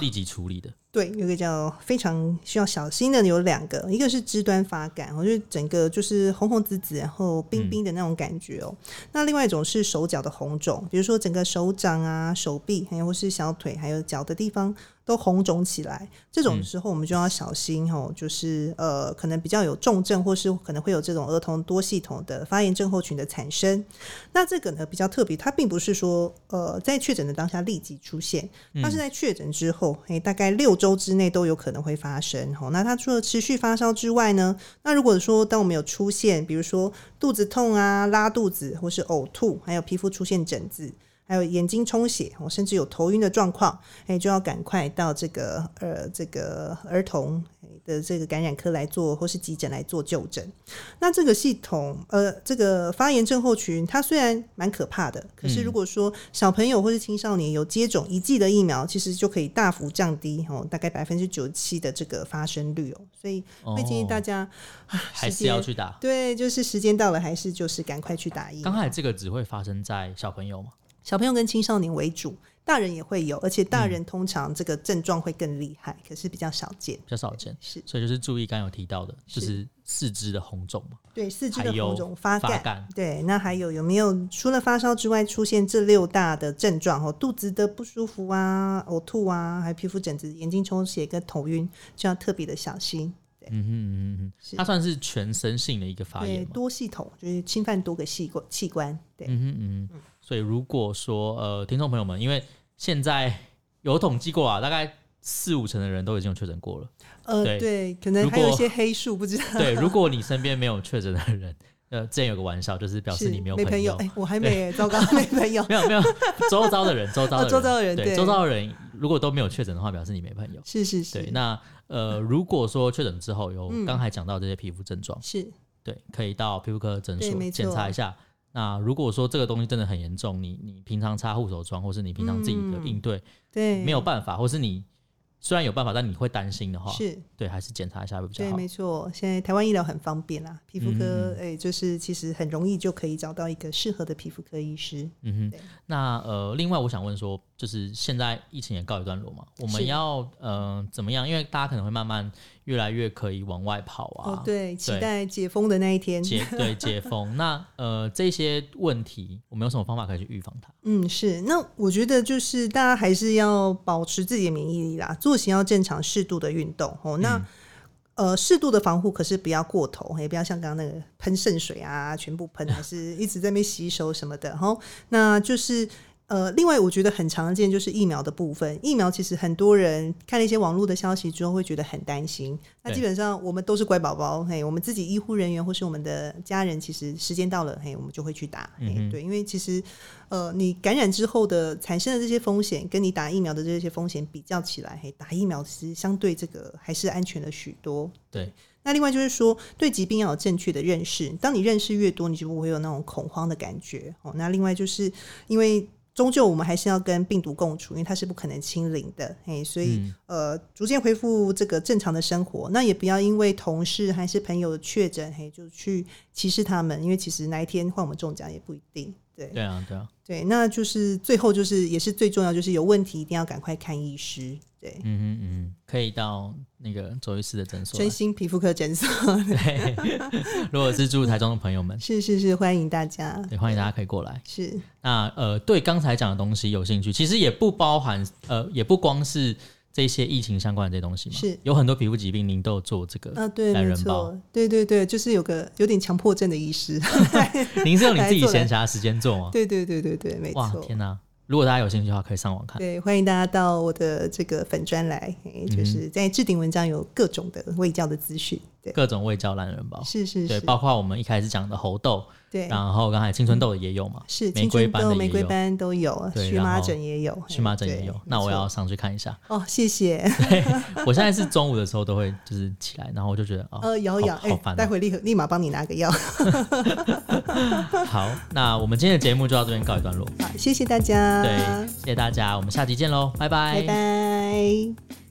[SPEAKER 1] 立即处理的？
[SPEAKER 2] 对，有一个叫非常需要小心的有两个，一个是肢端发感，我觉得整个就是红红紫紫，然后冰冰的那种感觉哦。那另外一种是手脚的红肿，比如说整个手掌啊、手臂，还有或是小腿，还有脚的地方都红肿起来，这种时候我们就要小心哦，就是呃，可能比较有重症，或是可能会有这种儿童多系统的发炎症候群的产生。那这个呢比较特别，它并不是说呃在确诊的当下立即出现，它是在确诊之后，诶、大概六周之内都有可能会发生。吼，那它除了持续发烧之外呢，那如果说当我们有出现，比如说肚子痛啊、拉肚子，或是呕吐，还有皮肤出现疹子。还有眼睛充血，哦，甚至有头晕的状况，诶，就要赶快到这个呃这个儿童的这个感染科来做，或是急诊来做就诊。那这个系统，呃，这个发炎症候群，它虽然蛮可怕的，可是如果说小朋友或是青少年有接种一剂的疫苗，其实就可以大幅降低哦，大概百分之九十七的这个发生率哦。所以会建议大
[SPEAKER 1] 哦、
[SPEAKER 2] 家、啊
[SPEAKER 1] 还
[SPEAKER 2] 时
[SPEAKER 1] 是
[SPEAKER 2] 间
[SPEAKER 1] 要去打。
[SPEAKER 2] 对，就是时间到了，还是就是赶快去打疫苗
[SPEAKER 1] 刚。才这个只会发生在小朋友嘛？
[SPEAKER 2] 小朋友跟青少年为主，大人也会有，而且大
[SPEAKER 1] 嗯
[SPEAKER 2] 人通常这个症状会更厉害，可是比较少见。
[SPEAKER 1] 比较少见，
[SPEAKER 2] 是
[SPEAKER 1] 所以就是注意刚刚有提到的，就是四肢的红肿嘛。
[SPEAKER 2] 对四肢
[SPEAKER 1] 还
[SPEAKER 2] 的
[SPEAKER 1] 有
[SPEAKER 2] 红肿发
[SPEAKER 1] 发
[SPEAKER 2] 感，
[SPEAKER 1] 干
[SPEAKER 2] 对，那还有有没有除了发烧之外出现这六大的症状？哦，肚子的不舒服啊，呕吐啊，还有皮肤疹子、眼睛充血跟头晕，就要特别的小心。对，
[SPEAKER 1] 嗯哼嗯哼嗯哼，
[SPEAKER 2] 是
[SPEAKER 1] 它算是全身性的一个发炎
[SPEAKER 2] 对，
[SPEAKER 1] 嘛。
[SPEAKER 2] 多系统就是侵犯多个器官器官，对，
[SPEAKER 1] 嗯哼嗯哼，所以如果说呃，听众朋友们，因为现在有统计过啊，大概四五成的人都已经有确诊 过了。对
[SPEAKER 2] 呃，对，可能
[SPEAKER 1] 如
[SPEAKER 2] 还有一
[SPEAKER 1] 果
[SPEAKER 2] 些黑数不知道，
[SPEAKER 1] 对，如果你身边没有确诊的人，呃，之前有个玩笑，就是 表示
[SPEAKER 2] 是
[SPEAKER 1] 你没有
[SPEAKER 2] 没
[SPEAKER 1] 朋
[SPEAKER 2] 友，哎、我还没耶，糟糕， 没朋友，
[SPEAKER 1] 没有没 有，周遭的人，周遭的
[SPEAKER 2] 哦
[SPEAKER 1] 人，
[SPEAKER 2] 周遭的人
[SPEAKER 1] 对，
[SPEAKER 2] 对
[SPEAKER 1] 周遭的人如果都没有确诊的话，表示你没朋友。
[SPEAKER 2] 是是是，嗯
[SPEAKER 1] 对，那呃，如果说确诊之后有刚才讲到这些皮肤症状，
[SPEAKER 2] 是
[SPEAKER 1] 对，可以到皮肤科诊
[SPEAKER 2] 对
[SPEAKER 1] 所
[SPEAKER 2] 没错
[SPEAKER 1] 检查一下。那如果说这个东西真的很严重，你你平常擦护手霜，或是你平常自己的
[SPEAKER 2] 嗯
[SPEAKER 1] 应对、
[SPEAKER 2] 对，
[SPEAKER 1] 没有办法，或是你虽然有办法，但你会担心的话，
[SPEAKER 2] 是。
[SPEAKER 1] 对，还是检查一下会比较
[SPEAKER 2] 对，
[SPEAKER 1] 好。
[SPEAKER 2] 没错，现在台湾医疗很方便啦，皮肤科
[SPEAKER 1] 嗯嗯
[SPEAKER 2] 哎、就是其实很容易就可以找到一个适合的皮肤科医师。
[SPEAKER 1] 嗯哼
[SPEAKER 2] 对，
[SPEAKER 1] 那呃，另外我想问说，就是现在疫情也告一段落嘛，我们
[SPEAKER 2] 是
[SPEAKER 1] 要呃怎么样？因为大家可能会慢慢越来越可以往外跑啊，
[SPEAKER 2] 哦，对，期待解封的那一天。
[SPEAKER 1] 解对解封。 那呃这些问题，我们有什么方法可以去预防它？
[SPEAKER 2] 嗯，是。那我觉得就是大家还是要保持自己的免疫力啦，作息要正常，适度的运动哦。那、呃，适度的防护可是不要过头，也不要像刚刚那个喷圣水啊，全部喷，还是一直在那边洗手什么的。然后，那就是呃，另外我觉得很常见就是疫苗的部分。疫苗其实很多人看了一些网络的消息之后会觉得很担心。那
[SPEAKER 1] 对
[SPEAKER 2] 基本上我们都是乖宝宝，嘿，我们自己医护人员或是我们的家人，其实时间到了，嘿，我们就会去打。嘿，对，因为其实呃，你感染之后的产生的这些风险，跟你打疫苗的这些风险比较起来，嘿，打疫苗其实相对这个还是安全了许多。
[SPEAKER 1] 对，
[SPEAKER 2] 那另外就是说，对疾病要有正确的认识。当你认识越多，你就不会有那种恐慌的感觉。哦，那另外就是因为终究我们还是要跟病毒共处，因为它是不可能清零的。嘿，所以、呃，逐渐恢复这个正常的生活，那也不要因为同事还是朋友确诊，嘿，就去歧视他们，因为其实哪一天换我们中奖也不一定。对
[SPEAKER 1] 对啊，对啊，
[SPEAKER 2] 对，那就是最后就是也是最重要，就是有问题一定要赶快看医师。对，
[SPEAKER 1] 嗯哼嗯哼，可以到那个周医师的诊所
[SPEAKER 2] 真
[SPEAKER 1] 来。
[SPEAKER 2] 心皮肤科 诊所
[SPEAKER 1] 对，如果是住台中的朋友们，
[SPEAKER 2] 是是是，欢迎大家。
[SPEAKER 1] 对，欢迎大家可以过来。
[SPEAKER 2] 是
[SPEAKER 1] 那呃，对刚才讲的东西有兴趣，其实也不包含呃，也不光是这些疫情相关的这些东西嘛，
[SPEAKER 2] 是
[SPEAKER 1] 有很多皮肤疾病您都有做这个
[SPEAKER 2] 啊，对，
[SPEAKER 1] 懒
[SPEAKER 2] 没
[SPEAKER 1] 人包，
[SPEAKER 2] 错，对对对，就是有个有点强迫症的医师。
[SPEAKER 1] 您是用你自己闲暇时间做吗？
[SPEAKER 2] 对对对对对，没
[SPEAKER 1] 哇，
[SPEAKER 2] 错。
[SPEAKER 1] 天哪、如果大家有兴趣的话，可以上网看。
[SPEAKER 2] 对，欢迎大家到我的这个粉专来，嘿
[SPEAKER 1] 嗯
[SPEAKER 2] 就是在置顶文章有各种的卫教的资讯。对，
[SPEAKER 1] 各种未教懒人包，
[SPEAKER 2] 是是
[SPEAKER 1] 哦对，
[SPEAKER 2] 是，
[SPEAKER 1] 包括我们一开始讲的猴痘，
[SPEAKER 2] 对，
[SPEAKER 1] 然后刚才青春痘的也有嘛，
[SPEAKER 2] 是
[SPEAKER 1] 玫
[SPEAKER 2] 青
[SPEAKER 1] 瑰
[SPEAKER 2] 春
[SPEAKER 1] 斑
[SPEAKER 2] 痘、
[SPEAKER 1] 的
[SPEAKER 2] 玫
[SPEAKER 1] 也
[SPEAKER 2] 瑰
[SPEAKER 1] 有，
[SPEAKER 2] 斑都有，
[SPEAKER 1] 对
[SPEAKER 2] 荨
[SPEAKER 1] 然
[SPEAKER 2] 麻
[SPEAKER 1] 后
[SPEAKER 2] 疹也有，
[SPEAKER 1] 荨麻疹
[SPEAKER 2] 嘿
[SPEAKER 1] 也有
[SPEAKER 2] 对。
[SPEAKER 1] 那我
[SPEAKER 2] 没
[SPEAKER 1] 要
[SPEAKER 2] 错
[SPEAKER 1] 上去看一下。
[SPEAKER 2] 哦，谢谢。
[SPEAKER 1] 我现在是中午的时候都会就是起来，然后我就觉得哦，啊
[SPEAKER 2] 呃，摇
[SPEAKER 1] 好
[SPEAKER 2] 一摇，
[SPEAKER 1] 好烦、
[SPEAKER 2] 待会立刻立马帮你拿个 药。
[SPEAKER 1] 哦。好，那我们今天的节目就到这边告一段落。
[SPEAKER 2] 好，谢谢大家，
[SPEAKER 1] 对，谢谢大家，我们下集见喽，拜
[SPEAKER 2] 拜拜。